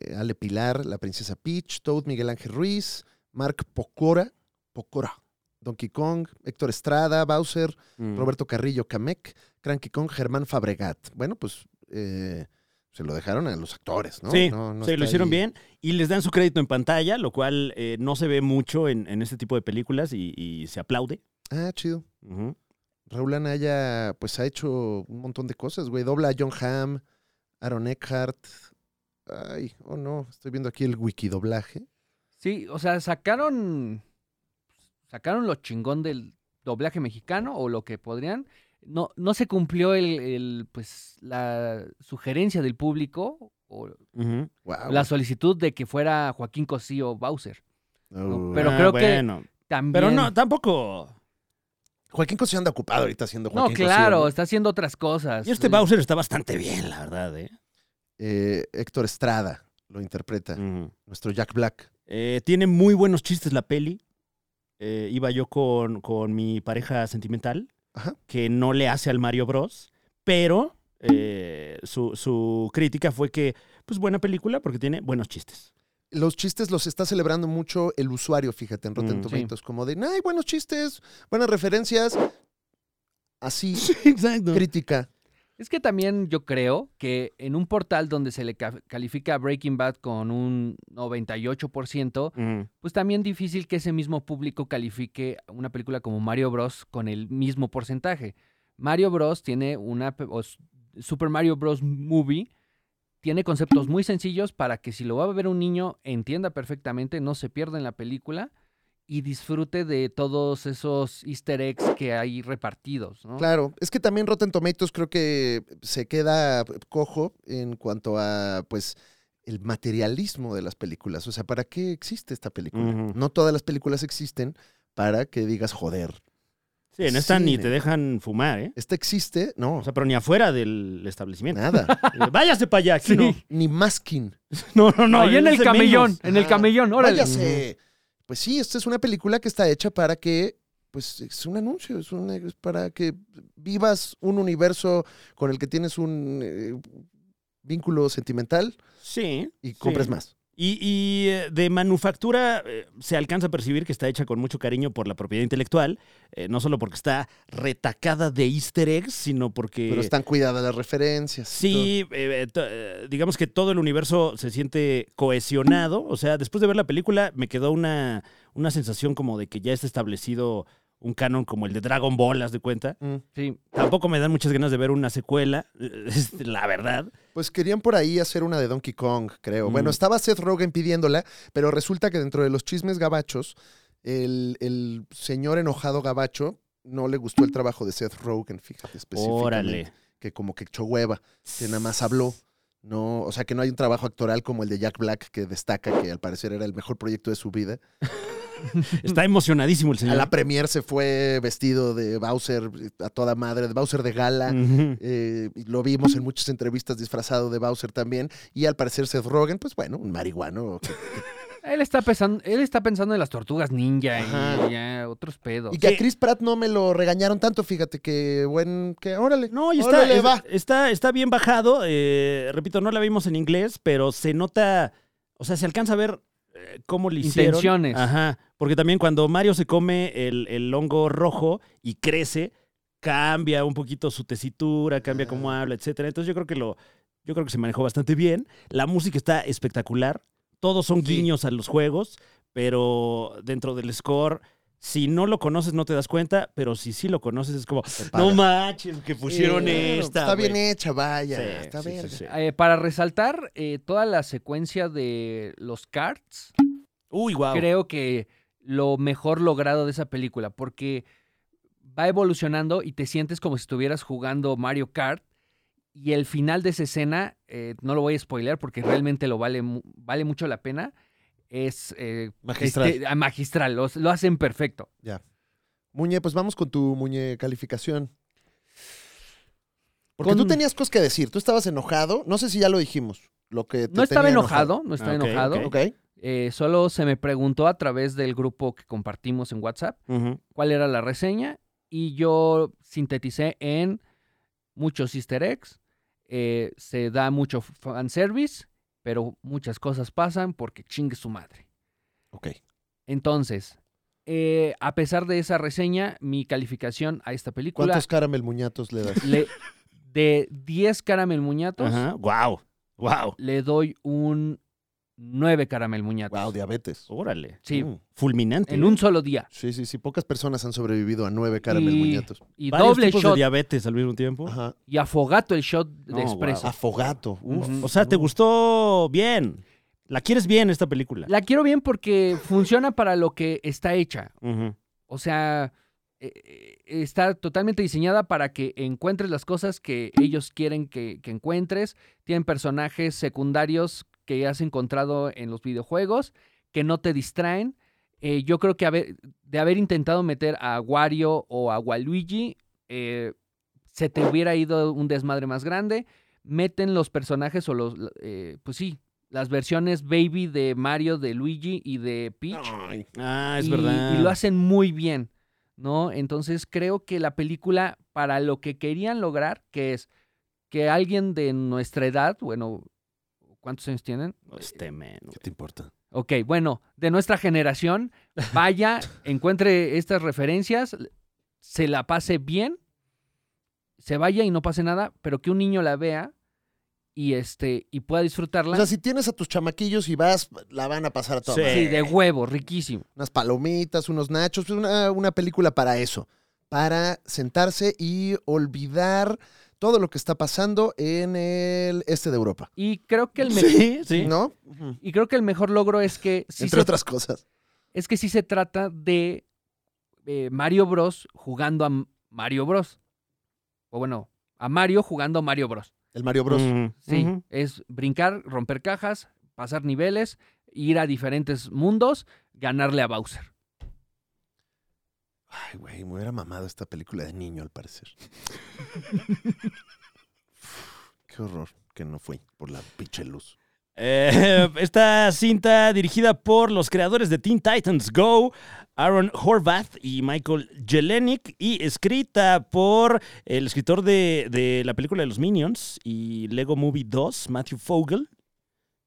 B: eh, Ale Pilar, la princesa Peach, Toad Miguel Ángel Ruiz, Mark Pocora, Pocora, Donkey Kong, Héctor Estrada, Bowser,
C: Mm.
B: Roberto Carrillo Camek, Cranky Kong, Germán Fabregat. Bueno, pues eh, se lo dejaron a los actores, ¿no?
C: sí,
B: No, no
C: sí, lo
B: está
C: hicieron
B: ahí.
C: bien y les dan su crédito en pantalla, lo cual eh, no se ve mucho en, en este tipo de películas y, y se aplaude.
B: Ah, chido.
C: Ujú.
B: Raúl Anaya, pues ha hecho un montón de cosas, güey. Dobla a John Hamm, Aaron Eckhart. Ay, oh no, estoy viendo aquí el wikidoblaje.
A: Sí, o sea, sacaron. Sacaron lo chingón del doblaje mexicano o lo que podrían. No, no se cumplió el, el, pues la sugerencia del público o
C: Ujú.
B: Wow.
A: la solicitud de que fuera Joaquín Cosío Bowser.
B: Oh.
A: Pero creo que
C: Ah, bueno,
A: También.
C: Pero no, tampoco.
B: Joaquín Cosío anda ocupado ahorita haciendo
A: No,
B: Joaquín
A: claro,
B: Cosío, ¿no?
A: está haciendo otras cosas.
C: Y este
A: Eh,
C: Bowser está bastante bien, la verdad, ¿eh?
B: Eh, Héctor Estrada lo interpreta,
C: Ujú.
B: nuestro Jack Black.
C: Eh, tiene muy buenos chistes la peli. Eh, iba yo con, con mi pareja sentimental,
B: Ajá.
C: que no le hace al Mario Bros. Pero eh, su, su crítica fue que, pues buena película porque tiene buenos chistes.
B: Los chistes los está celebrando mucho el usuario, fíjate, en Rotten
C: Mm, sí.
B: Tomatoes, como de, ay, buenos chistes, buenas referencias. Así,
C: exacto.
B: crítica.
A: Es que también yo creo que en un portal donde se le ca- califica a Breaking Bad con un 98%, pues también difícil que ese mismo público califique una película como Mario Bros con el mismo porcentaje. Mario Bros tiene una pe- o s- Super Mario Bros Movie tiene conceptos muy sencillos para que si lo va a ver un niño entienda perfectamente, no se pierda en la película y disfrute de todos esos easter eggs que hay repartidos, ¿no?
B: Claro, es que también Rotten Tomatoes creo que se queda cojo en cuanto a, pues, el materialismo de las películas. O sea, ¿para qué existe esta película?
C: Ujú.
B: No todas las películas existen para que digas, joder,
C: Sí, en esta ni
B: Cine.
C: te dejan fumar, ¿eh?
B: esta Este existe, no,
C: O sea, pero ni afuera del establecimiento.
B: nada.
A: Ah.
C: Eh, Váyase para allá, aquí no.
B: Ni masking.
C: No, no, no.
A: Ahí en
C: es
A: el
C: de
A: camellón,
C: menos.
A: en el
B: Ajá.
A: camellón, órale.
B: Váyase. Pues sí, esta es una película que está hecha para que, pues es un anuncio, es, un- es para que vivas un universo con el que tienes un eh, vínculo sentimental
C: Sí.
B: y compres
C: sí.
B: más.
C: Y, y, eh, de manufactura eh, se alcanza a percibir que está hecha con mucho cariño por la propiedad intelectual, eh, no solo porque está retacada de easter eggs, sino porque...
B: Pero están cuidadas las referencias. y
C: Sí, eh, eh, to- eh, digamos que todo el universo se siente cohesionado, o sea, después de ver la película me quedó una, una sensación como de que ya está establecido un canon como el de Dragon Ball, haz de cuenta.
B: todo. Mm.
A: Sí,
C: Tampoco me dan muchas ganas de ver una secuela, este, la verdad.
B: Pues querían por ahí hacer una de Donkey Kong, creo. Bueno,
C: Mm.
B: estaba Seth Rogen pidiéndola, pero resulta que dentro de los chismes gabachos, el, el señor enojado gabacho no le gustó el trabajo de Seth Rogen, fíjate específicamente.
C: Órale.
B: Que como que echó hueva, que nada más habló. No, o sea, que no hay un trabajo actoral como el de Jack Black que destaca que al parecer era el mejor proyecto de su vida.
C: Está emocionadísimo el
B: A
C: señor.
B: la premier se fue vestido de Bowser eh, a toda madre, de Bowser de gala.
C: Ujú.
B: Eh, y lo vimos en muchas entrevistas disfrazado de Bowser también. Y al parecer Seth Rogen, pues bueno, un marihuano. que-
A: él está pensando, él está pensando en las tortugas ninja
B: Ajá.
A: y ya, otros pedos.
B: Y que a Chris Pratt no me lo regañaron tanto, fíjate que buen, que órale.
C: No, y está,
B: órale,
C: es-
B: va.
C: está, está bien bajado. eh, repito, no la vimos en inglés, pero se nota, o sea, se alcanza a ver eh, cómo le hicieron.
A: Intenciones.
C: Ajá, porque también cuando Mario se come el, el hongo rojo y crece, cambia un poquito su tesitura, cambia cómo
B: Ah.
C: habla, etcétera. Entonces yo creo que lo, yo creo que se manejó bastante bien. La música está espectacular. Todos son
A: Sí.
C: guiños a los juegos, pero dentro del score, si no lo conoces no te das cuenta, pero si sí lo conoces es como,
B: Se paga.
C: no manches, que pusieron
B: Sí, bueno,
C: esta.
B: Está
C: güey".
B: bien hecha, vaya.
C: Sí,
B: está
C: sí,
B: bien.
C: sí, sí.
A: Eh, para resaltar eh, toda la secuencia de los carts,
C: Uy, wow.
A: creo que lo mejor logrado de esa película, porque va evolucionando y te sientes como si estuvieras jugando Mario Kart. Y el final de esa escena, eh, no lo voy a spoiler porque realmente lo vale, mu- vale mucho la pena, es eh,
B: Magistral.
A: este, ah, magistral, los- lo hacen perfecto.
B: Muñe, pues vamos con tu Muñe calificación. Porque
A: Con-
B: tú tenías cosas que decir, tú estabas enojado, no sé si ya lo dijimos. lo que te
A: No estaba
B: tenía
A: enojado, no estaba
C: Ah, ok,
A: enojado.
C: ok.
B: Ok.
A: Eh, solo se me preguntó a través del grupo que compartimos en WhatsApp
C: Ujú.
A: cuál era la reseña y yo sinteticé en muchos easter eggs, eh, se da mucho fanservice, pero muchas cosas pasan porque chingue su madre.
B: Ok.
A: Entonces, eh, a pesar de esa reseña, mi calificación a esta película
B: ¿Cuántos caramel muñatos le das?
A: le- de 10 caramel muñatos,
C: Ajá. Wow. Wow.
A: le doy un 9 caramel muñatos.
B: Wow, diabetes.
C: Órale.
A: Sí.
C: Mm. Fulminante.
A: en un solo día.
B: Sí, sí, sí. Pocas personas han sobrevivido a nueve caramel
A: Y-
B: muñatos.
A: Y
C: Varios
A: doble
C: tipos
A: shot
C: de diabetes al mismo tiempo.
B: Ajá.
A: y afogato el shot de
C: No,
A: expreso.
B: Afogato. Uf.
A: Ujú.
C: O sea, te gustó bien. La quieres bien esta película.
A: La quiero bien porque funciona para lo que está hecha.
C: Ujú.
A: O sea, eh, eh, está totalmente diseñada para que encuentres las cosas que ellos quieren que, que encuentres. Tienen personajes secundarios que has encontrado en los videojuegos que no te distraen. Eh, yo creo que haber- de haber intentado meter a Wario o a Waluigi, eh, se te hubiera ido un desmadre más grande. Meten los personajes o los, eh, pues sí, las versiones baby de Mario, de Luigi y de Peach
B: Ay.
C: Ah, es
A: y,
C: verdad.
A: y lo hacen muy bien, ¿no? Entonces creo que la película, para lo que querían lograr, que es que alguien de nuestra edad, bueno, ¿cuántos años tienen?
C: Este men. güey.
B: ¿Qué te importa?
A: Ok, bueno, de nuestra generación, vaya, encuentre estas referencias, se la pase bien, se vaya y no pase nada, pero que un niño la vea y este y pueda disfrutarla.
B: O sea, si tienes a tus chamaquillos y vas, la van a pasar a toda
C: Sí.
B: madre.
A: sí, de huevo, riquísimo.
B: Unas palomitas, unos nachos, una, una película para eso. Para sentarse y olvidar todo lo que está pasando en el este de Europa.
A: Y creo que el mejor,
C: Sí, sí.
B: ¿No?
A: y creo que el mejor logro es que sí
B: Entre
A: se
B: otras cosas.
A: es que sí se trata de eh, Mario Bros jugando a M- Mario Bros. O bueno, a Mario jugando a Mario Bros.
B: El Mario Bros.
C: Ujú.
A: Sí,
C: Ujú.
A: es brincar, romper cajas, pasar niveles, ir a diferentes mundos, ganarle a Bowser.
B: Ay, güey, me hubiera mamado esta película de niño, al parecer. Qué horror que no fui por la pinche luz.
C: Eh, esta cinta dirigida por los creadores de Teen Titans Go, Aaron Horvath y Michael Jelenic, y escrita por el escritor de, de la película de los Minions y Lego Movie 2, Matthew Fogel.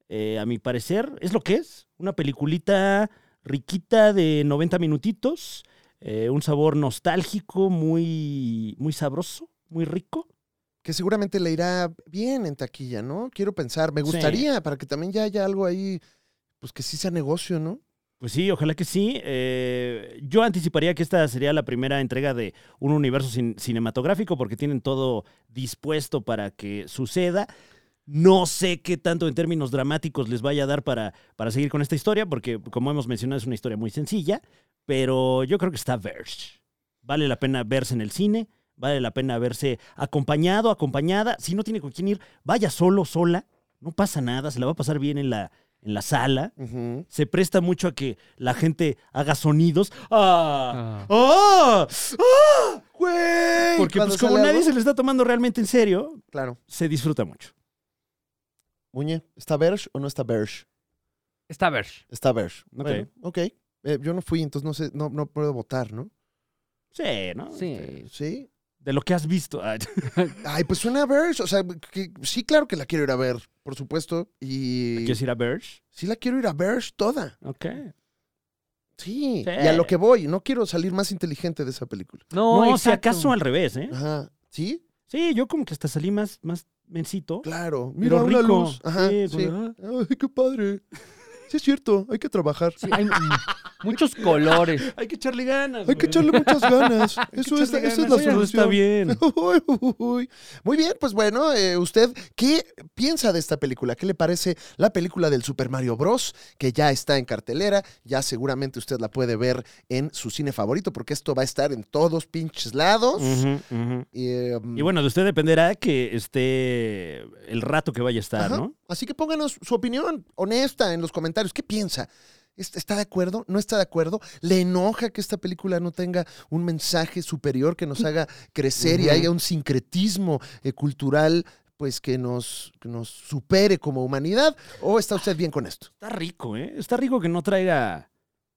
C: Eh, a mi parecer, es lo que es, una peliculita riquita de 90 minutitos, eh, un sabor nostálgico, muy, muy sabroso, muy rico.
B: Que seguramente le irá bien en taquilla, ¿no? Quiero pensar, me
C: Sí.
B: gustaría, para que también ya haya algo ahí, pues que sí sea negocio, ¿no?
C: Pues sí, ojalá que sí. Eh, yo anticiparía que esta sería la primera entrega de un universo cin- cinematográfico porque tienen todo dispuesto para que suceda. No sé qué tanto en términos dramáticos les vaya a dar para, para seguir con esta historia porque, como hemos mencionado, es una historia muy sencilla, pero yo creo que está verse. Vale la pena verse en el cine, vale la pena verse acompañado, acompañada. Si no tiene con quién ir, vaya solo, sola. No pasa nada, se la va a pasar bien en la, en la sala
B: Ujú.
C: se presta mucho a que la gente haga sonidos. ¡Ah! ¡Ah! ¡Ah! ¡Güey!
B: Porque,
C: Porque
B: pues,
C: como
B: sale
C: nadie
B: algo.
C: se lo está tomando realmente en serio,
B: Claro.
C: se disfruta mucho.
B: Muñe, ¿está Bersh o no está Bersh?
A: Está Verge.
B: Está Bersh. Bueno, ok. Eh, yo no fui, entonces no sé, no, no puedo votar, ¿no?
C: Sí, ¿no?
A: Sí.
C: Este,
B: Sí.
C: De lo que has visto. Ah,
B: Ay, pues suena a Bersh. O sea, que- sí, claro que la quiero ir a ver, por supuesto. Y
C: ¿Quieres ir a Verge?
B: sí la quiero ir a Bersh toda.
C: Ok.
B: Sí,
C: Sí.
B: y a lo que voy, no quiero salir más inteligente de esa película.
C: No, o sea,
A: exacto.
C: acaso al revés, ¿eh?
B: Ajá, ¿sí?
C: Sí, yo como que hasta salí más, más mencito.
B: Claro.
C: Pero
B: Mira una
C: rico.
B: luz. Ajá,
C: Sí, pues, "Ah,
B: sí.
C: ¿verdad?
B: Ay, qué padre. Sí es cierto, hay que trabajar.
A: Sí, hay mm, muchos colores.
C: Hay que echarle ganas.
B: Hay que echarle muchas ganas. Eso es,
C: ganas.
B: esa es la
C: Eso
B: solución.
C: está bien.
B: Uy, uy, uy. Muy bien, pues bueno, eh, usted, ¿qué piensa de esta película? ¿Qué le parece la película del Super Mario Bros? Que ya está en cartelera, ya seguramente usted la puede ver en su cine favorito, porque esto va a estar en todos pinches lados.
C: Ujú, ujú.
B: Eh,
C: Y bueno, de usted dependerá que esté el rato que vaya a estar,
B: Ajá.
C: ¿no?
B: Así que pónganos su opinión honesta en los comentarios. ¿Qué piensa? ¿Est- ¿Está de acuerdo? ¿No está de acuerdo? ¿Le enoja que esta película no tenga un Mm. mensaje superior que nos haga crecer y
C: Ujú.
B: haya un sincretismo eh, cultural pues que nos, que nos supere como humanidad? ¿O está usted bien con esto?
C: Está rico, ¿eh? Está rico que no traiga.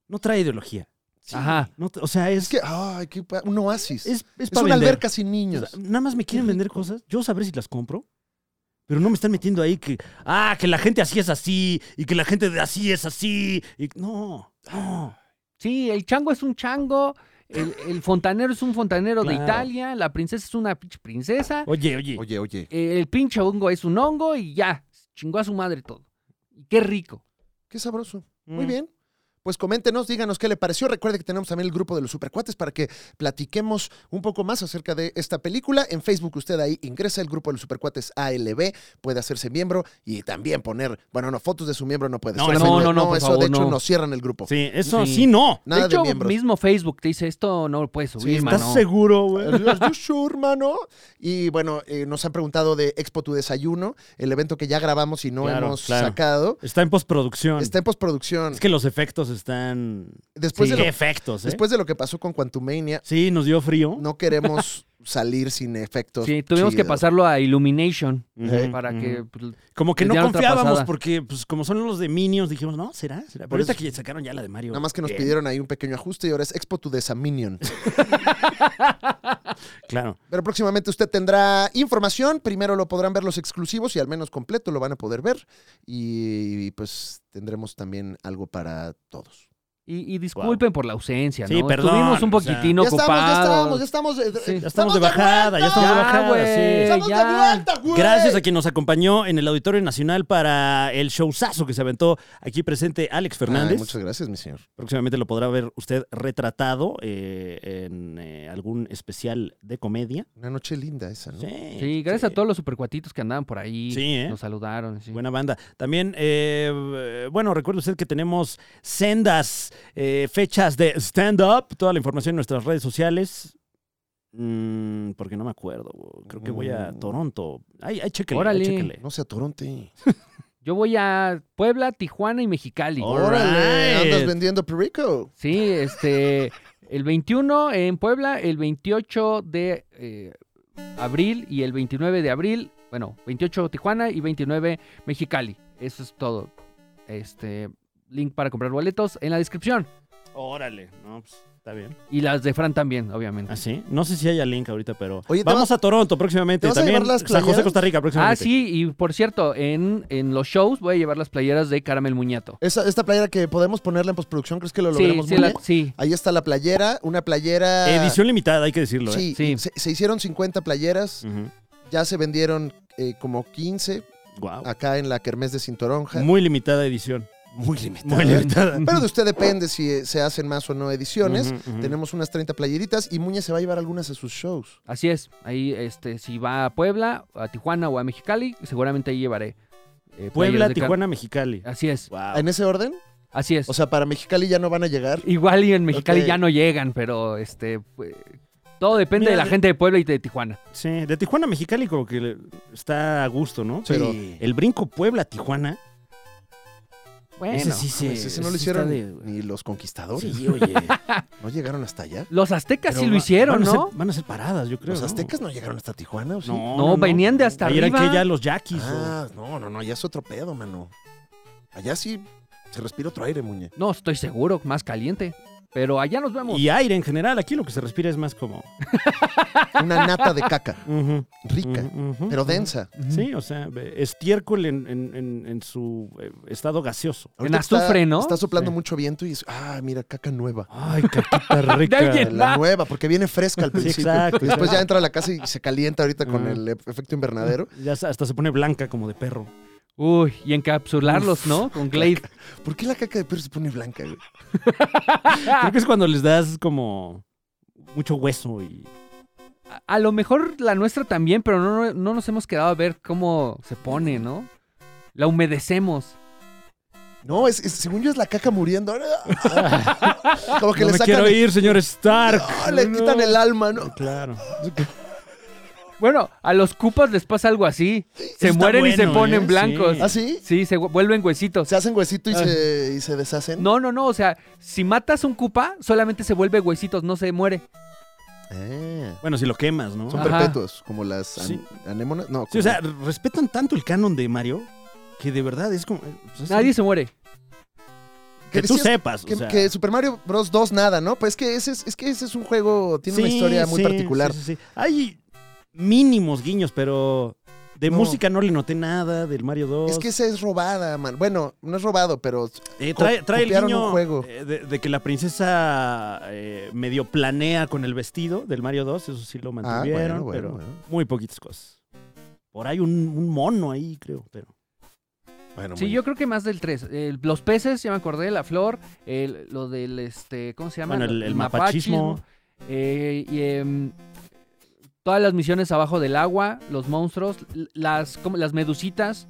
C: No trae ideología.
A: Ajá.
C: No tra- o sea, es.
B: Es que, ay, qué pa- un oasis. Es,
C: es, es pa'
B: una
C: vender.
B: alberca sin
C: O
B: niños.
C: sea, nada más me quieren vender cosas. Yo sabré si las compro. Pero no me están metiendo ahí que. Ah, que la gente así es así. Y que la gente de así es así. y- no. No.
A: Sí, el chango es un chango, el, el fontanero es un fontanero de
C: Claro.
A: Italia, la princesa es una pinche princesa,
C: Oye, oye.
B: Oye, oye,
A: eh, el pinche hongo es un hongo y ya, chingó a su madre todo. Y qué rico.
B: qué sabroso.
C: Mm.
B: Muy bien. Pues coméntenos, díganos qué le pareció. Recuerde que tenemos también el grupo de los supercuates para que platiquemos un poco más acerca de esta película. En Facebook usted ahí ingresa el grupo de los supercuates ALB, puede hacerse miembro y también poner, bueno, no, fotos de su miembro no puede.
C: No,
B: Eso
C: no,
A: no, no, por
B: eso
A: favor,
B: de hecho
A: no.
B: nos cierran el grupo.
C: Sí, eso
A: Sí.
C: sí, no.
B: Nada
A: de hecho,
B: de miembros.
A: mismo Facebook te dice, esto no lo puedes subir,
B: Sí,
A: mano.
C: ¿Estás seguro, güey?
B: Adiós, yo soy hermano. Y bueno, eh, nos han preguntado de Expo Tu Desayuno, el evento que ya grabamos y no
C: Claro,
B: hemos
C: claro.
B: sacado.
C: Está en postproducción.
B: Está en postproducción.
C: Es que los efectos están.
B: después,
C: Sí,
B: de
C: ¿Qué
B: lo,
C: efectos? eh?
B: después de lo que pasó con Quantumania,
C: Sí, nos dio frío.
B: no queremos salir sin efectos.
A: Sí, tuvimos que
B: chidos.
A: pasarlo a Illumination
B: eh,
C: Ujú,
A: para
C: ujú.
A: que... pues,
C: Como que
A: les
C: no
A: dieran otra
C: confiábamos
A: pasada.
C: porque, pues, como son los de Minions, dijimos, no, ¿será? ¿Será? Pero
B: Por
C: ahorita
B: eso-
C: que sacaron ya la de Mario.
B: Nada más que nos
C: bien.
B: pidieron ahí un pequeño ajuste y ahora es Expo Tu Desaminion.
C: Claro.
B: Pero próximamente usted tendrá información. Primero lo podrán ver los exclusivos y al menos completo lo van a poder ver. Y pues tendremos también algo para todos.
A: Y, y disculpen por la ausencia, ¿no?
C: Sí, perdón,
A: Estuvimos un
C: o sea,
A: poquitín
B: ya
A: ocupados.
B: estamos, ya estamos, ya estamos. eh,
A: Sí.
B: eh,
C: Ya estamos de bajada, ya
B: vuelta.
C: estamos de bajada.
A: güey,
C: sí.
B: Estamos de
A: ya.
B: vuelta, güey.
C: Gracias a quien nos acompañó en el Auditorio Nacional para el showzazo que se aventó aquí presente Alex Fernández.
B: Ay, muchas gracias, mi señor.
C: Próximamente lo podrá ver usted retratado eh, en eh, algún especial de comedia.
B: Una noche linda esa, ¿no?
A: Sí, gracias a todos los supercuatitos que andaban por ahí.
C: Sí, ¿eh?
A: Nos saludaron. sí.
C: Buena banda. También, eh, eh, bueno, recuerde usted que tenemos sendas, eh, fechas de stand-up, toda la información en nuestras redes sociales. Mm, porque no me acuerdo. Creo que voy a
B: Mm.
C: Toronto. Ay, ay, chéquele, ay,
A: Órale.
C: chéquele.
B: No sea Toronto.
A: Yo voy a Puebla, Tijuana y Mexicali.
C: All
B: Órale,
C: right.
B: andas vendiendo perico.
A: Sí, este, el 21 en Puebla, el 28 de eh, abril y el 29 de abril, bueno, 28 Tijuana y 29 Mexicali. Eso es todo. Este, link para comprar boletos en la descripción.
C: Órale. No, pues, está bien.
A: Y las de Fran también, obviamente.
C: ¿Ah, sí? No sé si haya link ahorita, pero.
B: Oye, ¿te
C: Vamos a Toronto próximamente.
B: te vas a
C: También
B: llevar las
C: San José,
B: playeras?
C: Costa Rica
A: Ah,
C: próximamente.
A: sí, y por cierto, en, en los shows voy a llevar las playeras de Caramel Muñato.
B: Esa, esta playera que podemos ponerla en postproducción, ¿crees que lo
A: Sí,
B: logremos
A: sí,
B: muy
A: la-
B: bien?
A: sí.
B: Ahí está la playera, una playera...
C: Edición limitada, hay que decirlo. ¿eh? Mm.
B: Sí,
A: Sí.
B: Se, se hicieron 50 playeras,
C: Ujú.
B: ya se vendieron eh, como 15
C: Guau.
B: acá en la Kermés de Cintoronja.
C: Muy limitada edición.
B: Muy limitada.
C: Muy limitada.
B: Pero de usted depende si eh, se hacen más o no ediciones.
C: Ujú, ujú.
B: Tenemos unas 30 playeritas y Muñe se va a llevar algunas a sus shows.
A: Así es, ahí este, si va a Puebla, a Tijuana o a Mexicali, seguramente ahí llevaré. eh, playeras
C: Puebla,
A: de Car-
C: Tijuana, Mexicali.
A: Así es,
C: Guau.
B: ¿En ese orden?
A: así es.
B: O sea, para Mexicali ya no van a llegar.
A: Igual y en Mexicali
B: Ok.
A: ya no llegan, pero este pues, todo depende
C: Mira,
A: de la
C: de-
A: gente de Puebla y de Tijuana.
C: Sí, de Tijuana a Mexicali como que le- está a gusto, ¿no?
B: Sí.
C: Pero el brinco Puebla-Tijuana, ese
A: Bueno,
C: sí se...
B: Pues ese no lo
C: ese está
B: hicieron
C: de-
B: ni los conquistadores.
C: Sí, oye.
B: No llegaron hasta allá.
A: los aztecas
C: Pero
A: sí lo
C: va-
A: hicieron,
C: van a
A: ¿no?
C: ser- van a ser paradas, yo creo.
B: Los
C: ¿no?
B: aztecas no llegaron hasta Tijuana, ¿o sí?
C: No,
A: No, venían de hasta
C: Ahí eran
A: arriba.
C: que ya los yaquis.
B: Ah, no, no, no, allá es otro pedo, mano. Allá sí se respira otro aire, Muñe.
A: No, estoy seguro, más caliente. Pero allá nos
C: o-
A: vemos.
C: Y aire en general, aquí lo que se respira es más como...
B: Una nata de caca,
C: Ujú,
B: rica,
C: ujú, ujú,
B: pero
C: ujú.
B: densa.
A: Ujú.
C: Sí, o sea, ve- estiércol en, en- en- en su eh, estado gaseoso.
A: En
B: Ahorita
A: azufre,
B: está-
A: ¿no?
B: Está soplando
C: Sí.
B: mucho viento y es, ah, mira, caca nueva.
C: Ay, caquita rica.
A: alguien.
B: La nueva, porque viene fresca al
C: Sí,
B: principio.
C: exacto,
B: Y después
C: exacto.
B: ya entra a la casa y se calienta ahorita con
C: Ajá.
B: el e- efecto invernadero.
C: Ya se- hasta se pone blanca como de perro.
A: Uy, y encapsularlos, ¿no? Con Glade.
B: ¿Por qué la caca de perro se pone blanca, güey?
C: Creo que es cuando les das como mucho hueso y...
A: A- A lo mejor la nuestra también, pero no, no- no nos hemos quedado a ver cómo se pone, ¿no? La humedecemos.
B: No, es, es- según yo es la caca muriendo. Como que
C: no
B: le
C: me
B: sacan.
C: quiero ir, señor Stark.
B: Ah, le quitan el alma, ¿no?
C: Claro.
A: Bueno, a los cupas les pasa algo así. Se
C: Está
A: mueren y se
C: bueno,
A: ponen
C: ¿eh?
A: blancos.
C: Sí.
B: ¿Ah, sí?
A: Sí, se vu- vuelven huesitos.
B: Se hacen
C: Ah.
B: huesito y, se, y se deshacen.
A: No, no, no. O sea, si matas un cupa, solamente se vuelve huesitos, no se muere.
B: Ah,
C: Bueno, si lo quemas, ¿no?
B: son
A: Ajá.
B: perpetuos, como las an-
C: Sí.
B: anémonas. No,
C: Sí,
B: como-
C: o sea, respetan tanto el canon de Mario que de verdad es como. pues, es-
A: Nadie se muere.
C: que tú
B: decías
C: sepas. o
B: Que,
C: sea.
B: que Super Mario Bros. 2 nada, ¿no? Pues que ese es, es que ese es un juego, tiene una
C: Sí,
B: historia muy
C: sí,
B: particular.
C: sí, sí, sí. Hay mínimos guiños, pero de
B: No.
C: música no le noté nada del Mario 2.
B: Es que esa es robada, man. Bueno, no es robado, pero ah,
C: Eh, trae,
B: co-
C: trae el
B: copiaron un
C: guiño
B: juego.
C: eh, de, de que la princesa eh, medio planea con el vestido del Mario 2, eso sí lo
B: Ah, bueno,
C: mantuvieron,
B: bueno,
C: pero
B: bueno.
C: muy poquitas cosas. Por ahí un, un mono ahí, creo, pero
B: Bueno,
A: Sí,
B: muy-
A: yo creo que más del 3. los peces, ya me acordé, la flor, el- lo del, este, ¿cómo se llama?
C: bueno, el, el mapachismo.
A: Eh, y, em, todas las misiones abajo del agua, los monstruos, l- las, como, las medusitas.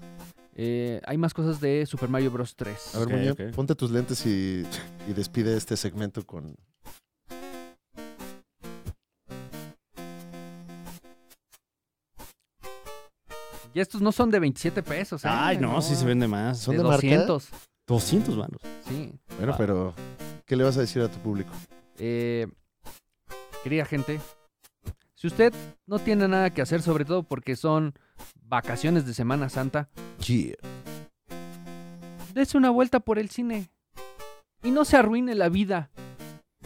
A: eh, hay más cosas de Super Mario Bros. 3.
B: A ver,
C: Ok,
B: Muñe,
C: ok.
B: ponte tus lentes y, y despide este segmento con.
A: Y estos no son de 27 pesos. ¿eh?
C: Ay, no, sí se vende más.
B: Son
A: de
B: de marca.
A: 200.
C: 200 vanos.
A: Sí.
B: Bueno, pero. ¿Qué le vas a decir a tu público?
A: Eh, querida gente, si usted no tiene nada que hacer, sobre todo porque son vacaciones de Semana Santa,
B: Yeah.
A: dese una vuelta por el cine y no se arruine la vida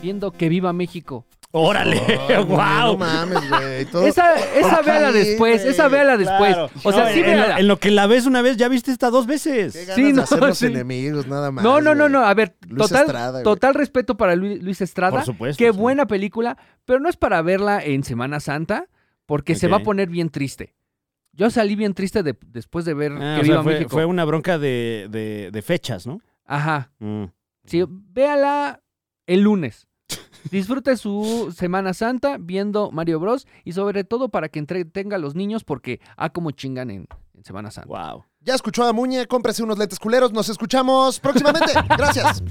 A: viendo que viva México.
C: ¡Órale!
B: Ay, Muñe,
C: ¡Wow!
B: No mames, güey. Todo-
A: Esa, esa
B: Ojalá,
A: véala después,
B: güey.
A: esa véala después.
C: Claro.
A: O sea,
C: No,
A: sí
C: en, lo,
A: véala.
C: en lo que la ves una vez, ya viste esta dos veces.
B: Qué ganas
A: Sí,
B: de
A: no,
B: hacernos
A: sí.
B: enemigos, nada más.
A: No, no, no,
B: güey.
A: no. A ver,
B: Luis
A: total,
B: Estrada, güey.
A: total respeto para Lu- Luis Estrada.
C: Por supuesto.
A: Qué
C: sí.
A: buena película, pero no es para verla en Semana Santa, porque se
C: Ok.
A: va a poner bien triste. Yo salí bien triste de- después de ver
C: Ah,
A: que
C: o sea,
A: viva
C: fue,
A: México.
C: fue una bronca de, de- de fechas, ¿no?
A: Ajá.
C: Mm.
A: Sí, véala el lunes. Disfrute su Semana Santa viendo Mario Bros. y sobre todo para que entretenga a los niños porque ah, como chingan en, en Semana Santa.
C: Wow.
B: Ya escuchó a Muñe, cómprese unos lentes culeros. Nos escuchamos próximamente. Gracias.